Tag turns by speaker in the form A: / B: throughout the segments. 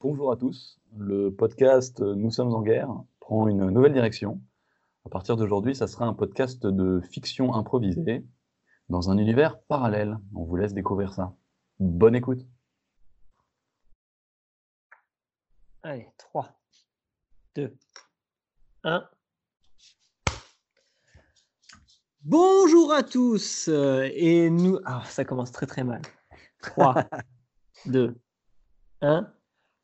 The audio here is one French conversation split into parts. A: Bonjour à tous. Le podcast Nous sommes en guerre prend une nouvelle direction. À partir d'aujourd'hui, ça sera un podcast de fiction improvisée dans un univers parallèle. On vous laisse découvrir ça. Bonne écoute.
B: Allez, 3, 2, 1. Bonjour à tous euh, et nous... Ah, ça commence très très mal. 3, 2, 1.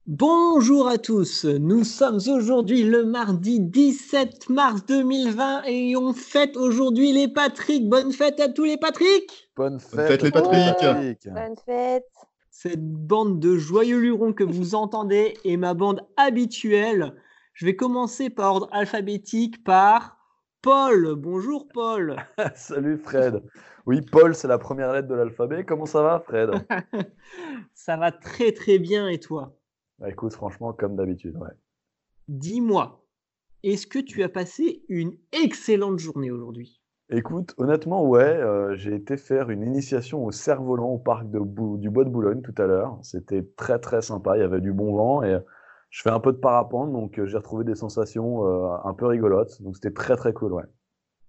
B: Bonjour à tous, nous sommes aujourd'hui le mardi 17 mars 2020 et on fête aujourd'hui les Patrick. Bonne fête à tous les Patrick
A: Bonne
C: Bonne fête, les Patrick.
D: Bonne fête.
B: Cette bande de joyeux lurons que vous entendez est ma bande habituelle. Je vais commencer par ordre alphabétique par Paul. Bonjour Paul.
A: Salut Fred. Oui, Paul, c'est la première lettre de l'alphabet. Comment ça va, Fred
B: Ça va très très bien et toi
A: Bah, Écoute, franchement, comme d'habitude, ouais.
B: Dis-moi, est-ce que tu as passé une excellente journée aujourd'hui
A: Écoute, honnêtement, ouais, euh, j'ai été faire une initiation au cerf-volant au parc de Bou- du Bois de Boulogne tout à l'heure. C'était très très sympa, il y avait du bon vent et euh, je fais un peu de parapente, donc euh, j'ai retrouvé des sensations euh, un peu rigolotes. Donc c'était très très cool, ouais.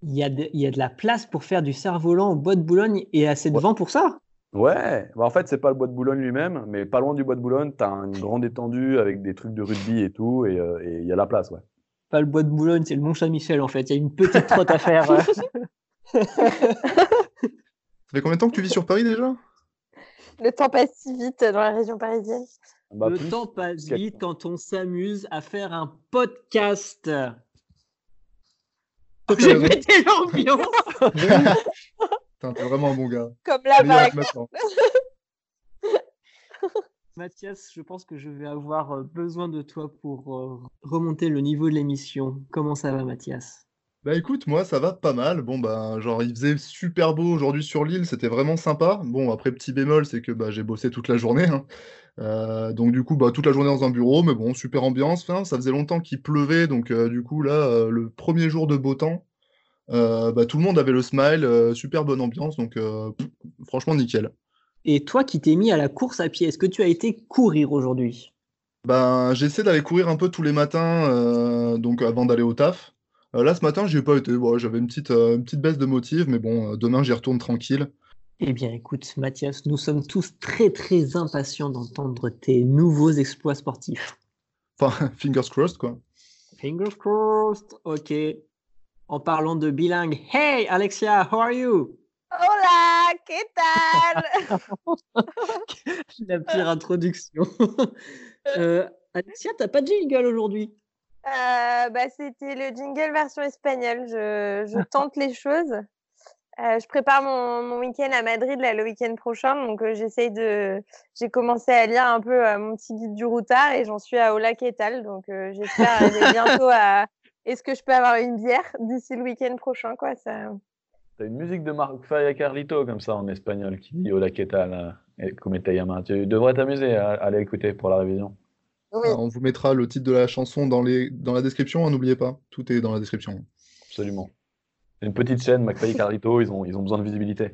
B: Il y, a de, il y a de la place pour faire du cerf-volant au bois de Boulogne et assez de
A: Ouais.
B: vent pour ça
A: Ouais, bah en fait, c'est pas le Bois de Boulogne lui-même, mais pas loin du Bois de Boulogne, t'as une grande étendue avec des trucs de rugby et tout, et euh, et il y a la place, ouais.
B: Pas le bois de Boulogne, c'est le Mont Saint-Michel en fait. Il y a une petite trotte à faire. euh.
C: Ça fait combien de temps que tu vis sur Paris déjà
D: Le temps passe si vite dans la région parisienne.
A: Bah,
B: le
A: plus-
B: temps passe
A: quatre
B: vite quand on s'amuse à faire un podcast. J'ai
C: raison.
B: pété l'ambiance.
C: Putain, t'es vraiment un bon gars.
D: Comme là,
C: Meilleur
D: par
C: que maintenant.
B: Mathias, je pense que je vais avoir euh, besoin de toi pour euh, remonter le niveau de l'émission. Comment ça va, Mathias
C: Bah écoute, moi ça va pas mal. Bon bah genre il faisait super beau aujourd'hui sur l'île, c'était vraiment sympa. Bon après petit bémol c'est que bah j'ai bossé toute la journée. hein. Euh, donc du coup bah toute la journée dans un bureau, mais bon super ambiance. Enfin, ça faisait longtemps qu'il pleuvait, donc euh, du coup là euh, le premier jour de beau temps, euh, bah, tout le monde avait le smile, euh, super bonne ambiance, donc euh, pff, franchement nickel.
B: Et toi qui t'es mis à la course à pied, est-ce que tu as été courir aujourd'hui
C: Ben, j'essaie d'aller courir un peu tous les matins, euh, donc avant d'aller au taf. Euh, là, ce matin, j'y ai pas été. Bon, j'avais une petite, euh, une petite baisse de motive, mais bon, euh, demain, j'y retourne tranquille.
B: Eh bien, écoute, Mathias, nous sommes tous très très impatients d'entendre tes nouveaux exploits sportifs.
C: Enfin, fingers crossed, quoi.
B: Fingers crossed, ok. En parlant de bilingue, hey Alexia, how are you
D: Hola, que tal
B: La pire introduction. euh, Alexia, t'as pas de jingle aujourd'hui
D: Euh, bah, C'était le jingle version espagnole. Je, je tente les choses. Euh, je prépare mon, mon week-end à Madrid là, le week-end prochain, donc euh, j'essaye de. J'ai commencé à lire un peu euh, mon petit guide du routard et j'en suis à Hola, que tal Donc euh, j'espère arriver bientôt à. Est-ce que je peux avoir une bière d'ici le week-end prochain, quoi ça...
A: T'as une musique de Marc Faya Carlito comme ça en espagnol qui dit Hola, ¿qué tal? Eh, ¿Cómo te llamas? Tu devrais t'amuser à, à l'écouter pour la révision.
D: Oui.
C: Alors, Ah, on vous mettra le titre de la chanson dans les, dans la description, hein, n'oubliez pas. Tout est dans la description.
A: Absolument. C'est une petite chaîne, McFly et Carlito, ils ont, ils ont besoin de visibilité.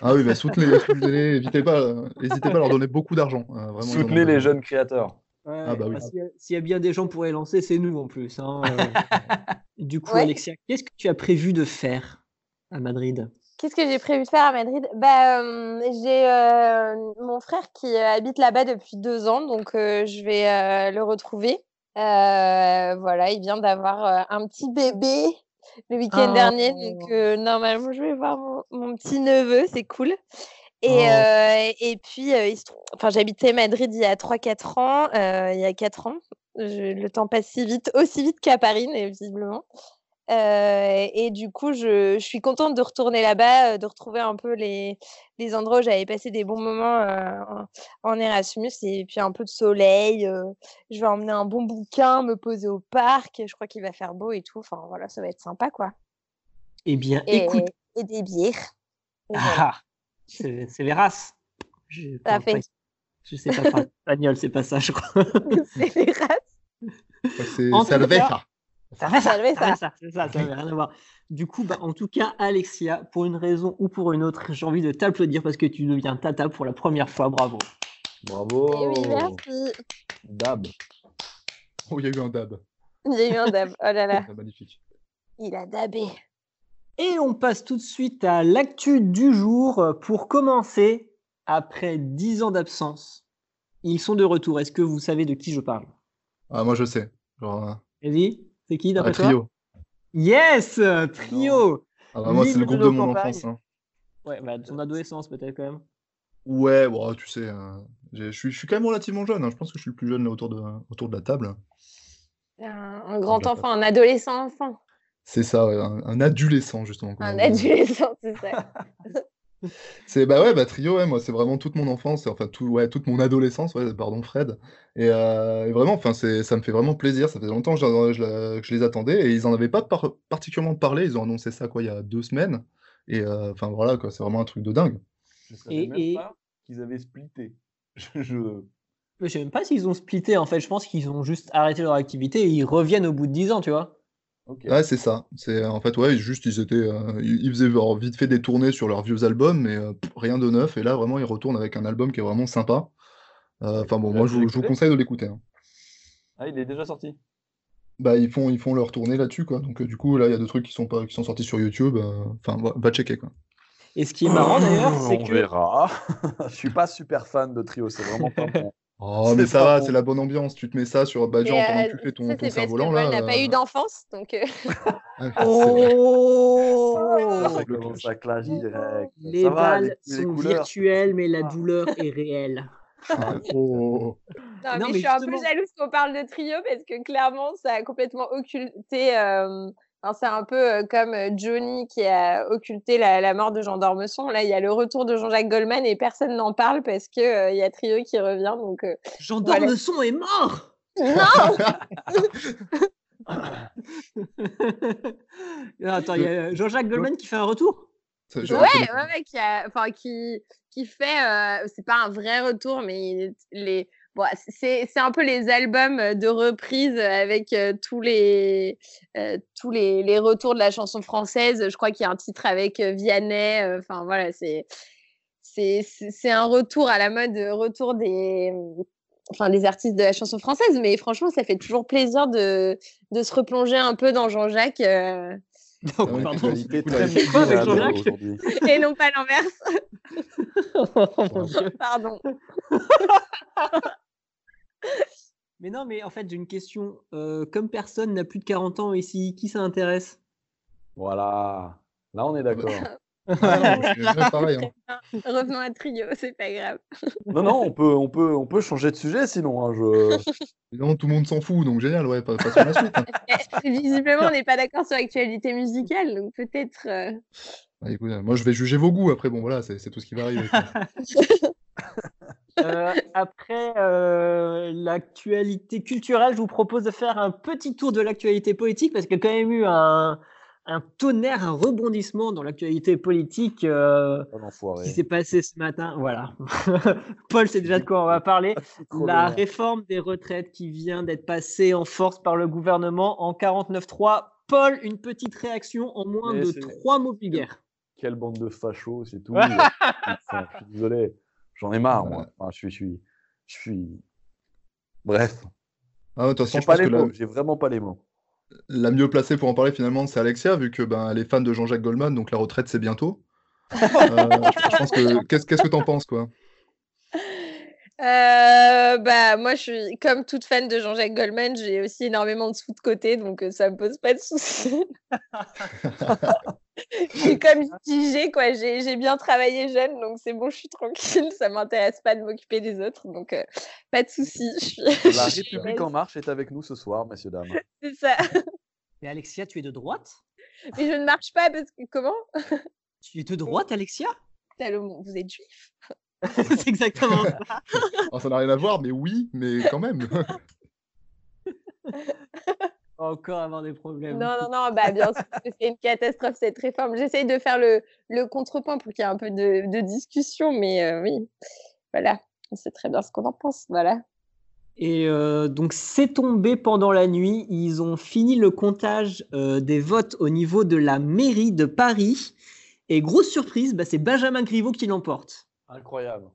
C: Ah oui, bah, soutenez, soutenez, évitez pas, euh, n'hésitez pas à leur donner beaucoup d'argent. euh, vraiment, ils en ont
A: Soutenez les
C: besoin.
A: jeunes créateurs.
B: Ouais,
C: bah oui.
B: bah, S'il y a- s'il y a bien des gens pour les lancer, c'est nous en plus. hein, euh. du coup,
D: Ouais.
B: Alexia, qu'est-ce que tu as prévu de faire à Madrid
D: Qu'est-ce que j'ai prévu de faire à Madrid Bah, euh, j'ai euh, mon frère qui euh, habite là-bas depuis deux ans, donc euh, je vais euh, le retrouver. Euh, voilà, il vient d'avoir euh, un petit bébé le week-end
B: Oh.
D: dernier, donc euh, normalement je vais voir mon, mon petit neveu, c'est cool. Et,
B: Oh.
D: euh, et puis, euh, il se trou- enfin, j'habitais Madrid il y a 3-4 ans, euh, il y a 4 ans. Je- Le temps passe si vite, aussi vite qu'à Paris, mais visiblement. Euh, et du coup, je, je suis contente de retourner là-bas, euh, de retrouver un peu les, les endroits où j'avais passé des bons moments euh, en, en Erasmus et puis un peu de soleil. euh, je vais emmener un bon bouquin, me poser au parc. Je crois qu'il va faire beau et tout. Enfin, voilà, ça va être sympa, quoi.
B: Eh bien,
D: Et,
B: écoute.
D: et des bières. Et voilà.
B: Ah, c'est c'est Veras. Je
D: Ça
B: parle
D: fait.
B: pas- Je sais pas parler espagnol, c'est pas ça, je crois.
D: C'est les rats,
C: Ouais, C'est
B: En tout cas-
C: Salveja.
B: Ça fait
D: ça devait
B: fait
D: ça.
B: ça, c'est ça, ça n'avait rien à voir. Du coup, bah, en tout cas, Alexia, pour une raison ou pour une autre, j'ai envie de t'applaudir parce que tu deviens tata pour la première fois. Bravo.
A: Bravo.
D: Eh
B: Oh.
D: oui, merci.
A: Dab.
C: Oh, il y a eu un dab.
D: Il y a eu un dab. Oh là là,
C: Ah, Magnifique.
D: il a dabé.
B: Et on passe tout de suite à l'actu du jour. Pour commencer, après 10 ans d'absence, ils sont de retour. Est-ce que vous savez de qui je parle
C: Ah, moi, je sais. Genre, un-
B: Vas-y, c'est qui
C: un
B: d'après toi
C: trio.
B: Yes euh, Trio
C: Ah, bah, moi, c'est
B: Libre
C: le
B: de nos
C: groupe de mon
B: campagnes.
C: enfance. hein.
B: Ouais, bah, de son adolescence peut-être quand même.
C: Ouais, bon, tu sais, euh, j'ai- je suis je suis quand même relativement jeune. hein. Je pense que je suis le plus jeune là, autour, de, autour de la table.
D: Un, un grand
C: D'accord.
D: enfant, un adolescent enfant.
C: C'est ça, ouais, un, un adolescent, justement. comme
D: Un
C: on dit.
D: adolescent, c'est ça.
C: C'est bah ouais, bah trio, ouais, moi c'est vraiment toute mon enfance, enfin tout, ouais, toute mon adolescence, ouais, pardon Fred. Et, euh, et vraiment, enfin c'est, ça me fait vraiment plaisir. Ça faisait longtemps que je, je la- que je les attendais et ils en avaient pas par- particulièrement parlé. Ils ont annoncé ça quoi il y a deux semaines. Et euh, enfin voilà quoi, c'est vraiment un truc de dingue.
A: Je savais
B: Et-
A: même
B: et-
A: pas qu'ils avaient splitté. Je, je-
B: Mais Je sais même pas s'ils ont splitté en fait. Je pense qu'ils ont juste arrêté leur activité et ils reviennent au bout de 10 ans, tu vois.
A: Ok.
C: Ouais, c'est ça. C'est en fait ouais, juste ils étaient, euh, ils ils faisaient genre, vite fait des tournées sur leurs vieux albums, mais euh, pff, rien de neuf. Et là vraiment ils retournent avec un album qui est vraiment sympa. Euh, Enfin bon,
A: Vous
C: moi
A: l'avez
C: je, vous- je vous
A: écouté
C: conseille de l'écouter. hein.
A: Ah, il est déjà sorti.
C: Bah, ils font, ils font leur tournée là-dessus, quoi. Donc, euh, du coup, là, il y a des trucs qui sont pas, qui sont sortis sur YouTube. euh, Enfin, va, va checker, quoi.
B: Et ce qui est marrant d'ailleurs,
C: Oh,
B: c'est
A: On
B: que.
A: verra. je suis pas super fan de Trio, c'est vraiment pas mon.
C: Oh,
A: C'est
C: mais ça
A: pas
C: va,
A: bon.
C: c'est la bonne ambiance. Tu te mets ça sur, bah,
D: Mais,
C: genre, pendant que tu
D: euh,
C: fais
D: ça,
C: ton, ton
D: c'est parce que
C: cerf-volant,
D: moi,
C: là.
D: elle n'a pas eu
C: euh,
D: d'enfance, donc euh,
C: ouais, Ah, c'est vrai.
B: Oh
A: Ça commence, ça clash direct.
B: Les
A: ça va,
B: balles
A: les, les
B: sont
A: couleurs.
B: virtuelles, mais la
A: Ah.
B: douleur est réelle.
C: Ah, oh, oh, oh.
B: Non,
D: non, mais,
B: mais
D: je suis un peu
B: justement.
D: jalouse qu'on parle de trio parce que clairement, ça a complètement occulté. euh, enfin, c'est un peu euh, comme euh, Johnny qui a occulté la, la mort de Jean d'Ormesson. Là, il y a le retour de Jean-Jacques Goldman et personne n'en parle parce que euh, il y a trio qui revient. Donc, euh,
B: Jean
D: Voilà.
B: Dormesson est mort Non, Attends, il y a euh, Jean-Jacques Goldman qui fait un retour
C: Ça, je-
D: ouais,
C: je connais
D: ouais,
C: pas.
D: ouais, qui, a- enfin, qui, qui fait, euh, c'est pas un vrai retour, mais il est- les, bon, c'est, c'est un peu les albums euh, de reprise euh, avec euh, tous les, euh, tous les, les retours de la chanson française. Je crois qu'il y a un titre avec euh, Vianney. euh, Enfin voilà, c'est, c'est, c'est c'est un retour à la mode, euh, retour des, enfin des artistes de la chanson française. Mais franchement, ça fait toujours plaisir de, de se replonger un peu dans Jean-Jacques euh,
B: Non,
C: ouais,
B: pardon.
A: L'actualité
C: Du coup, là,
A: très
B: c'est quoi avec
A: mondiale
B: Jean-Jacques
A: aujourd'hui.
D: et non pas l'inverse.
B: Oh mon Dieu.
D: Pardon.
B: Mais non, mais en fait, j'ai une question. Euh, comme personne n'a plus de 40 ans ici, qui ça intéresse
A: Voilà. Là, on est d'accord.
C: Ah, non, mais c'est ouais, pareil, hein.
D: Revenons à trio, c'est pas grave.
A: non, non, on peut, on peut, on peut changer de sujet sinon. hein, je...
C: Évidemment, tout le monde s'en fout, donc génial, ouais, pas- passons à la suite. hein.
D: Eh, Visiblement, on n'est pas d'accord sur l'actualité musicale, donc peut-être. euh,
C: Bah, écoute, euh, moi, je vais juger vos goûts, après, bon, voilà, c'est c'est tout ce qui va arriver. quoi.
B: Euh, après euh, l'actualité culturelle, je vous propose de faire un petit tour de l'actualité politique parce qu'il y a quand même eu un, un tonnerre, un rebondissement dans l'actualité politique euh,
A: Oh,
B: qui
A: l'enfoiré.
B: s'est passé ce matin. Voilà. Paul sait déjà de quoi on va parler.
A: Trop
B: La
A: vénère.
B: réforme des retraites qui vient d'être passée en force par le gouvernement en 49.3. Paul, une petite réaction en moins
A: Mais
B: de
A: c'est-
B: trois mots vulgaires.
A: Quelle bande de fachos, c'est tout. Putain, je suis désolé. J'en ai marre, moi. Enfin, je suis, je suis, je suis. Bref,
C: Ah, de toute façon,
A: j'ai
C: je
A: pas
C: pense
A: les
C: que la,
A: mots. J'ai vraiment pas les mots.
C: la mieux placée pour en parler, finalement, c'est Alexia, vu que ben, elle est fan de Jean-Jacques Goldman, donc la retraite, c'est bientôt. Euh, je, je pense que. Qu'est-ce qu'est-ce que t'en penses, quoi?
D: euh, bah, moi, je suis comme toute fan de Jean-Jacques Goldman, j'ai aussi énormément de sous de côté, donc euh, ça me pose pas de soucis. je suis comme figée, quoi. J'ai j'ai bien travaillé jeune, donc c'est bon, je suis tranquille. Ça m'intéresse pas de m'occuper des autres, donc euh, pas de soucis. je suis-
A: La
D: je suis
A: République en marche est avec nous ce soir, messieurs dames.
D: C'est ça.
B: Mais Alexia, tu es de droite
D: Mais je ne marche pas parce que comment
B: Tu es de droite, Alexia
D: Salomon, vous êtes juif
B: C'est exactement ça.
C: Alors, Ah, ça n'a rien à voir, mais oui, mais quand même.
B: Encore avoir des problèmes.
D: Non, non, non, bah, bien sûr que c'est une catastrophe cette réforme. J'essaye de faire le, le contrepoint pour qu'il y ait un peu de, de discussion, mais euh, oui, voilà, on sait très bien ce qu'on en pense. Voilà.
B: Et euh, donc, c'est tombé pendant la nuit. Ils ont fini le comptage euh, des votes au niveau de la mairie de Paris. Et grosse surprise, bah, c'est Benjamin Griveaux qui l'emporte.
A: Incroyable.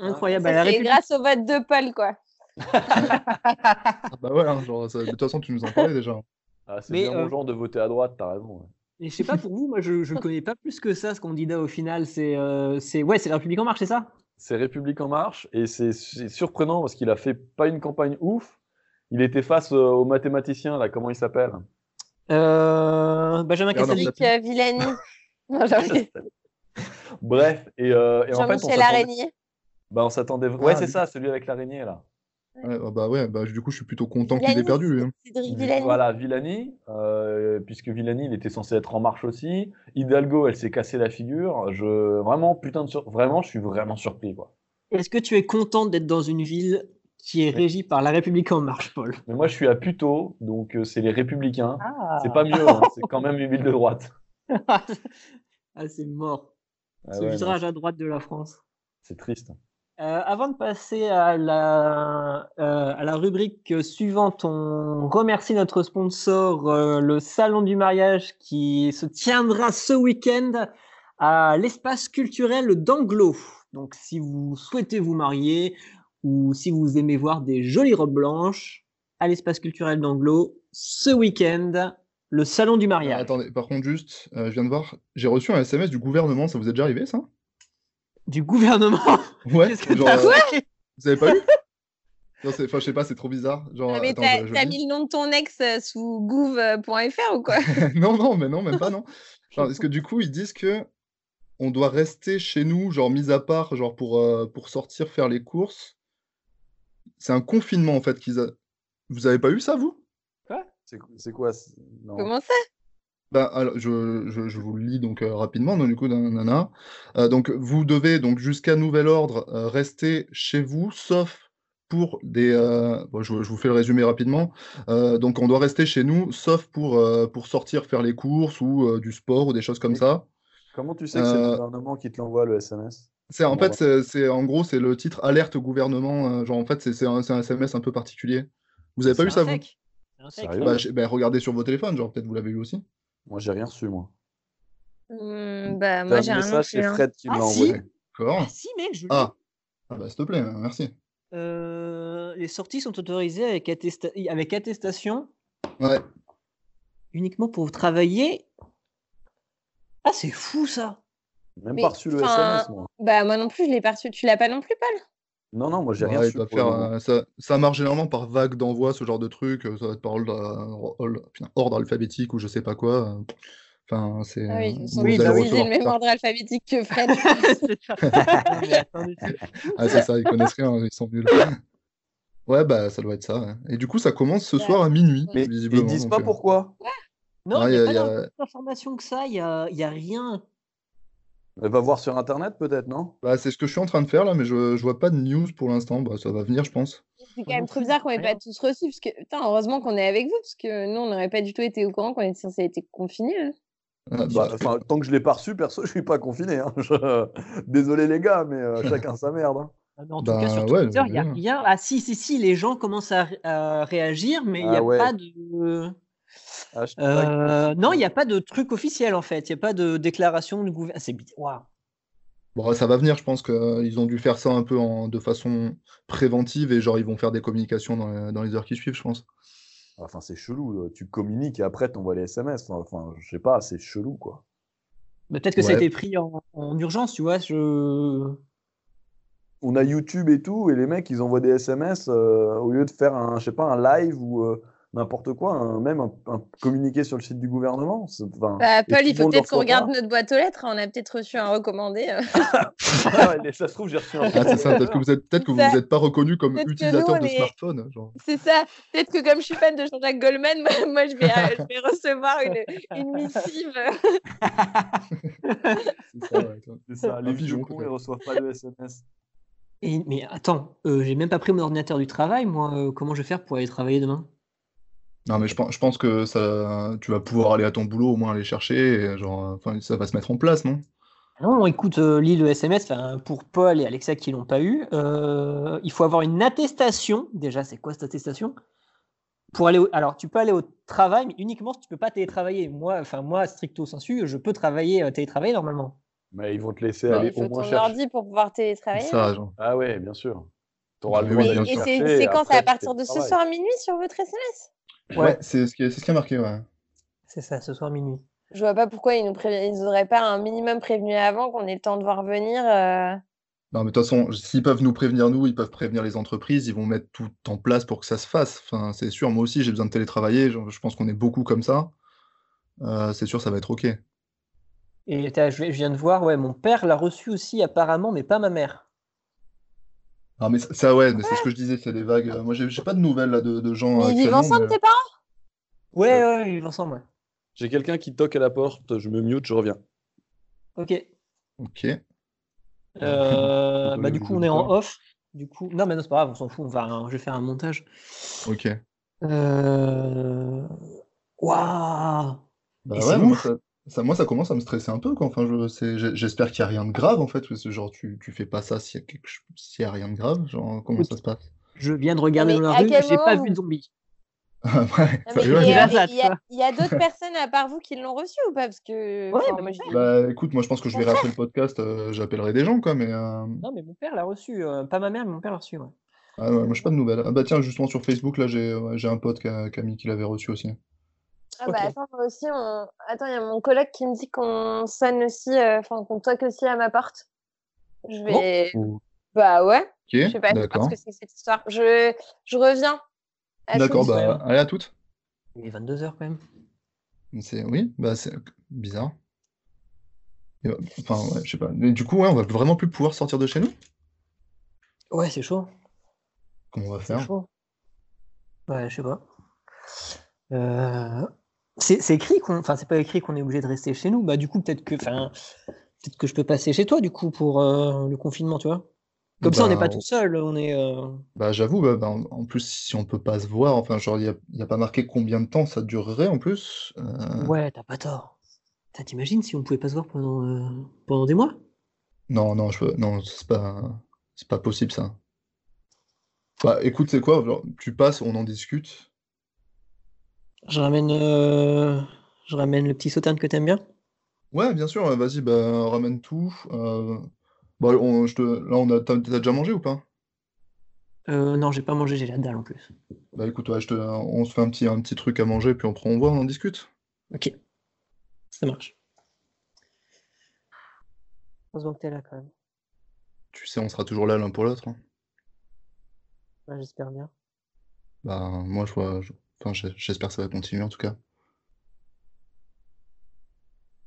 B: Incroyable.
D: Ah, Ça,
B: à Bah, la
D: c'est
B: République-
D: grâce au vote de Paul, quoi.
C: Ah Bah ouais, hein, genre, ça- de toute façon, tu nous en parlais déjà.
A: Ah, c'est
B: Mais,
A: bien
B: euh,
A: mon genre de voter à droite, t'as raison. ouais.
B: Mais je sais pas pour vous, moi je ne connais pas plus que ça ce candidat au final. C'est euh, c'est- ouais, c'est la République en marche, c'est ça
A: C'est République en marche et c'est c'est surprenant parce qu'il a fait pas une campagne ouf. Il était face euh, au mathématicien là, comment il s'appelle
B: Euh, Benjamin
C: Bernard
B: Castaldi.
D: Cédric euh, Villani. Non, j'en ai-
A: Bref, et, euh, et en fait on
D: Jean-Michel
A: s'attendait,
D: Araignée.
A: bah, on s'attendait- Ouais,
C: Ah,
A: c'est
C: lui.
A: ça, celui avec l'araignée là.
C: Ouais, ah bah ouais, bah, du coup, je suis plutôt content qu'il
D: Villani,
C: ait perdu. lui, hein.
D: Cédric Villani.
A: Voilà, Villani, euh, puisque Villani, il était censé être en marche aussi. Hidalgo, elle s'est cassée la figure. Je vraiment putain de sur... vraiment, je suis vraiment surpris quoi.
B: Est-ce que tu es content d'être dans une ville qui est régie par la République en marche, Paul
A: Mais moi, je suis à Puteaux, donc euh, c'est les Républicains.
B: Ah,
A: C'est pas mieux, hein, c'est quand même une ville de droite.
B: ah c'est mort.
A: Ah
B: Ce
A: ouais, non,
B: virage à droite de la France.
A: c'est triste.
B: Euh, avant de passer à la, euh, à la rubrique euh, suivante, on remercie notre sponsor, euh, le Salon du mariage, qui se tiendra ce week-end à l'espace culturel d'Anglo. Donc, si vous souhaitez vous marier ou si vous aimez voir des jolies robes blanches, à l'espace culturel d'Anglo, ce week-end, le Salon du
C: Ah,
B: mariage.
C: attendez, par contre, juste, euh, je viens de voir, j'ai reçu un SMS du gouvernement, ça vous est déjà arrivé ça
B: Du gouvernement
C: Ouais,
B: Qu'est-ce que
C: genre,
B: t'as
C: euh, vous avez pas eu Non, c'est- Enfin, je sais pas, c'est trop bizarre. Genre,
D: Ah, mais
C: attends,
D: t'as
C: je- je
D: t'as
C: lis.
D: mis le nom de ton ex euh, sous gouv.fr ou quoi
C: non, non, mais non, même pas, non. Genre, parce que du coup, ils disent que on doit rester chez nous, genre mis à part, genre pour, euh, pour sortir faire les courses. C'est un confinement en fait qu'ils a... Vous avez pas eu ça, vous
A: C'est c'est quoi c'est- non.
D: Comment ça
C: Bah, alors, je, je, je vous le lis donc euh, rapidement, donc, du coup, nanana. Euh, donc, vous devez donc jusqu'à nouvel ordre euh, rester chez vous, sauf pour des. euh, bon, je, je vous fais le résumé rapidement. Euh, donc, on doit rester chez nous, sauf pour, euh, pour sortir faire les courses ou euh, du sport ou des choses comme
A: Oui.
C: ça.
A: Comment tu sais que c'est le
C: Euh,
A: gouvernement qui te l'envoie le SMS
C: C'est en
A: Bon,
C: fait, c'est- c'est en gros, c'est le titre alerte au gouvernement. euh, genre, en fait, c'est c'est un, c'est un SMS un peu particulier. Vous avez pas eu ça, vous
A: Sérieux
C: Bah, je- bah, Regardez sur vos téléphones, genre peut-être vous l'avez eu aussi.
A: Moi, j'ai rien reçu, moi.
D: Hum, Bah,
A: T'as
D: moi,
A: un
D: j'ai un nom
A: message, c'est
D: plus, hein.
A: Fred qui me
B: Ah,
A: l'a
B: si
A: envoyé.
C: D'accord.
B: Ah si, mec, je l'ai.
C: Ah. Ah bah, s'il te plaît, merci.
B: Euh, les sorties sont autorisées avec, attesta- avec attestation
C: Ouais.
B: uniquement pour travailler. Ah, c'est fou ça.
A: Même
D: Mais,
A: pas reçu le
D: enfin,
A: SMS, moi.
D: Bah, moi non plus, je l'ai pas reçu. Tu l'as pas non plus, Paul
A: Non, non, moi, j'ai rien
C: Ouais, Bah, il
A: reçu.
C: doit
A: pour
C: faire,
A: le moment.
C: euh, ça, ça marche généralement par vague d'envoi, ce genre de truc. euh, Ça va être par ordre, euh, ordre- putain, ordre alphabétique ou je sais pas quoi. euh, Enfin, c'est.
D: Ah oui,
C: euh,
D: ils
C: vous
D: sont
B: Oui,
C: allez
D: utilisés
B: bah
C: recevoir
D: le
C: plus
D: même
C: tard.
D: ordre alphabétique que Fred.
B: C'est ça. Non, mais attendez, c'est-
C: Ah, c'est ça, ils connaissent rien, ils sont nuls. Ouais, bah, ça doit être ça. ouais. Et du coup, ça commence ce
D: Ouais.
C: soir à minuit,
A: Mais
C: visiblement.
A: ils disent
C: donc,
A: pas
C: euh,
A: pourquoi.
B: Non,
C: ouais,
B: il n'y
C: y a-
B: a pas
C: y a-
B: d'information que ça, il n'y a, y a rien.
A: Elle va voir sur Internet, peut-être, non
C: Bah, c'est ce que je suis en train de faire là, mais je, je vois pas de news pour l'instant. Bah, ça va venir, je pense.
D: C'est quand
B: Moi non
D: même trop
B: plus,
D: bizarre qu'on n'ait pas
B: rien.
D: tous reçu. Parce que, putain, heureusement qu'on est avec vous. Parce que nous, on n'aurait pas du tout été au courant qu'on était censé être confinés. hein.
C: Ah,
A: Bah,
C: dis-
A: enfin, tant que je l'ai pas reçu, perso, je suis pas confiné. hein. Je- Désolé les gars, mais euh, chacun sa merde. hein.
B: Ah, mais En tout
C: Bah,
B: cas, sur
C: ouais,
B: Twitter, il y a
C: ouais.
B: rien. Ah si, si, si, les gens commencent à, ré- à réagir, mais il n'y
A: Ah
B: a
A: ouais.
B: pas de...
A: Hashtag-
B: Euh, non, il n'y a pas de truc officiel en fait. Il n'y a pas de déclaration du gouvernement. C'est bizarre. Waouh.
C: Bon, bah, ça va venir, je pense qu'ils ont dû faire ça un peu en, de façon préventive et genre ils vont faire des communications dans les, dans les heures qui suivent, je pense.
A: Ah, Enfin, c'est chelou. euh, Tu communiques et après, t'envoies les SMS. Enfin, je sais pas, c'est chelou, quoi.
B: Mais peut-être que ça a
C: Ouais.
B: été pris en, en urgence, tu vois. Je...
A: On a YouTube et tout, et les mecs, ils envoient des SMS euh, au lieu de faire un, je sais pas, un live ou euh, n'importe quoi, un- même un, un communiqué sur le site du gouvernement. C'est- enfin,
D: Bah,
A: et tout
D: Paul,
A: le
D: il faut
A: monde leur
D: peut-être
A: soit
D: qu'on
A: pas.
D: regarde notre boîte aux lettres. hein. On a peut-être reçu un recommandé. euh.
A: Ah ouais, ça se trouve, j'ai reçu un euh,
C: Ah, c'est ça, peut-être que vous êtes, peut-être que vous
D: Ça-
C: vous êtes pas reconnu comme
D: peut-être que nous,
C: utilisateur
D: on
C: de
D: est-
C: smartphone. hein, Genre.
D: C'est ça. Peut-être que comme je suis fan de Jean-Jacques Goldman, moi, moi, je, vais, euh, je vais recevoir une, une missive.
C: C'est ça, ouais, toi.
A: C'est ça,
C: Un
A: les vieux
C: pigeon,
A: cons,
C: quoi.
A: ils reçoivent pas de SMS.
B: Et- mais attends, euh, j'ai même pas pris mon ordinateur du travail, moi. euh, comment je vais faire pour aller travailler demain
C: Non, mais je pense, je pense que ça, tu vas pouvoir aller à ton boulot, au moins aller chercher, et genre, euh, enfin, ça va se mettre en place, non?
B: Non, écoute, euh, lis le SMS. enfin, Pour Paul et Alexa qui l'ont pas eu, euh, il faut avoir une attestation. Déjà, c'est quoi cette attestation pour aller au- Alors, tu peux aller au travail, mais uniquement si tu peux pas télétravailler. Moi, enfin, moi, stricto sensu, je peux travailler, euh, télétravailler normalement.
A: Mais ils vont te laisser
C: Bah,
A: aller
D: Il faut
A: au moins
D: ton
A: chercher.
D: ordi pour pouvoir télétravailler.
C: Ça, genre.
A: Ah ouais, bien sûr. T'auras le
C: Oui,
A: droit
C: oui,
A: d'aller
C: bien
D: et
A: chercher,
D: c'est une séquence
A: après,
D: à partir de
A: c'est
D: ce
A: pareil.
D: soir à minuit sur votre SMS
C: Ouais, c'est ce qui est, c'est ce qui a marqué, ouais.
B: C'est ça, ce soir minuit.
D: Je vois pas pourquoi ils nous prévi- ils auraient pas un minimum prévenu avant qu'on ait le temps de voir venir. euh,
C: Non, mais de toute façon, s'ils peuvent nous prévenir, nous, ils peuvent prévenir les entreprises, ils vont mettre tout en place pour que ça se fasse. Enfin, c'est sûr, moi aussi, j'ai besoin de télétravailler, je, je pense qu'on est beaucoup comme ça. Euh, c'est sûr, ça va être OK.
B: Et t'as- je je viens de voir, ouais, mon père l'a reçu aussi apparemment, mais pas ma mère.
C: Ah, mais ça, ça, ouais, mais c'est ce que je disais, c'est des vagues. Euh, Moi, j'ai j'ai pas de nouvelles là, de, de gens.
D: Mais ils vivent
C: actuellement,
D: ensemble,
A: euh.
C: mais-
D: tes parents
B: Ouais, ouais, ouais, ils vivent ensemble, ouais.
A: J'ai quelqu'un qui toque à la porte, je me mute, je reviens.
B: Ok.
C: Ok.
B: Euh,
A: On peut
B: bah,
A: le
B: du coup,
A: jouer
B: on est en
A: pas.
B: off. Du coup, non, mais non, c'est pas grave, on s'en fout. On va, je vais faire un montage.
C: Ok.
B: Euh... Waouh!
C: Bah
B: Et
C: ouais,
B: c'est
C: moi
B: ouf.
C: ça, ça- moi, ça commence à me stresser un peu, quoi. Enfin, je, c'est- j'ai- j'espère qu'il n'y a rien de grave, en fait. Parce que, genre, tu, tu fais pas ça s'il y a quelque ch- s'il y a rien de grave. Genre, comment ça se passe?
B: Je viens de regarder
D: mais
B: dans la
D: à
B: rue,
D: quel
B: j'ai pas
D: moment
B: vu de zombie.
C: Ah ouais,
D: Non,
C: ça
D: mais
C: rigole.
D: et,
B: Il a
D: euh,
B: ça,
D: et il y a-
B: tu vois.
D: il y a d'autres personnes à part vous qui l'ont reçu ou pas Parce que.
B: Ouais,
D: enfin,
B: bah,
D: moi, j'ai-
C: Bah écoute, moi je pense que je
D: Mon
C: verrai après le podcast, euh, j'appellerai des gens, quoi, mais... euh,
B: Non, mais mon père l'a reçu. euh, pas ma mère, mais mon père l'a reçu, ouais.
C: Ah ouais, moi j'ai pas de nouvelles. Ah bah tiens, justement sur Facebook, là, j'ai ouais, j'ai un pote qui a, qui a mis qu'il avait reçu aussi.
D: Ah bah
B: Ok.
D: attends, moi aussi, on... attends, il y a mon collègue qui me dit qu'on sonne aussi, euh, enfin qu'on toque aussi à ma porte. Je vais.
A: Ou-
D: Bah ouais, je sais
C: Ok,
D: pas je sais pas
C: d'accord.
D: ce que c'est que cette histoire. Je, je reviens. À
C: D'accord,
D: toutes.
C: bah allez à toutes.
B: Il est 22h quand même.
C: C'est... Oui, bah c'est bizarre. Et, euh, Enfin, ouais, je sais pas. Mais du coup, ouais, on va vraiment plus pouvoir sortir de chez nous?
B: Ouais, c'est chaud.
C: Comment on va
B: C'est
C: faire?
B: chaud. Ouais, je sais pas. Euh, C'est c'est écrit qu'on. Enfin, c'est pas écrit qu'on est obligé de rester chez nous. Bah, du coup, peut-être que. Enfin, peut-être que je peux passer chez toi, du coup, pour euh, le confinement, tu vois. Comme ça, on n'est
C: Bah,
B: pas tout seul. On est. euh,
C: Bah j'avoue, bah, bah, en en plus si on peut pas se voir, enfin genre il n'y a, y a pas marqué combien de temps ça durerait en plus. euh,
B: Ouais, t'as pas tort. Putain, T'imagines si on pouvait pas se voir pendant, euh, pendant des mois
C: Non, non, je peux- non, c'est pas c'est pas possible ça. Bah écoute, c'est quoi? genre, tu passes, on en discute.
B: Je ramène, euh, je ramène le petit sautin que t'aimes bien.
C: Ouais, bien sûr, euh, vas-y, bah ramène tout. euh, Bah on, je te... là on a t'as t'as déjà mangé ou pas?
B: Euh, non, j'ai pas mangé, j'ai la dalle en plus.
C: Bah écoute, ouais, je te... on se fait un petit un petit truc à manger puis on prend, on voit, on en discute.
B: Ok, ça marche. Heureusement que t'es là quand même.
C: Tu sais, on sera toujours là l'un pour l'autre. hein.
B: Ouais, J'espère bien.
C: Bah moi je vois, je- enfin j'ai- j'espère que ça va continuer en tout cas.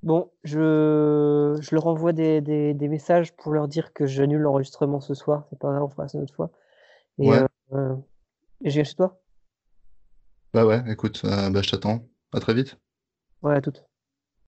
B: Bon, je, je leur envoie des, des- des messages pour leur dire que j'annule l'enregistrement ce soir. C'est pas grave, on fera ça une autre fois. Et,
C: Ouais.
B: euh, et je viens chez toi.
C: Bah ouais, écoute, euh, bah je t'attends. À très vite.
B: Ouais, à toute.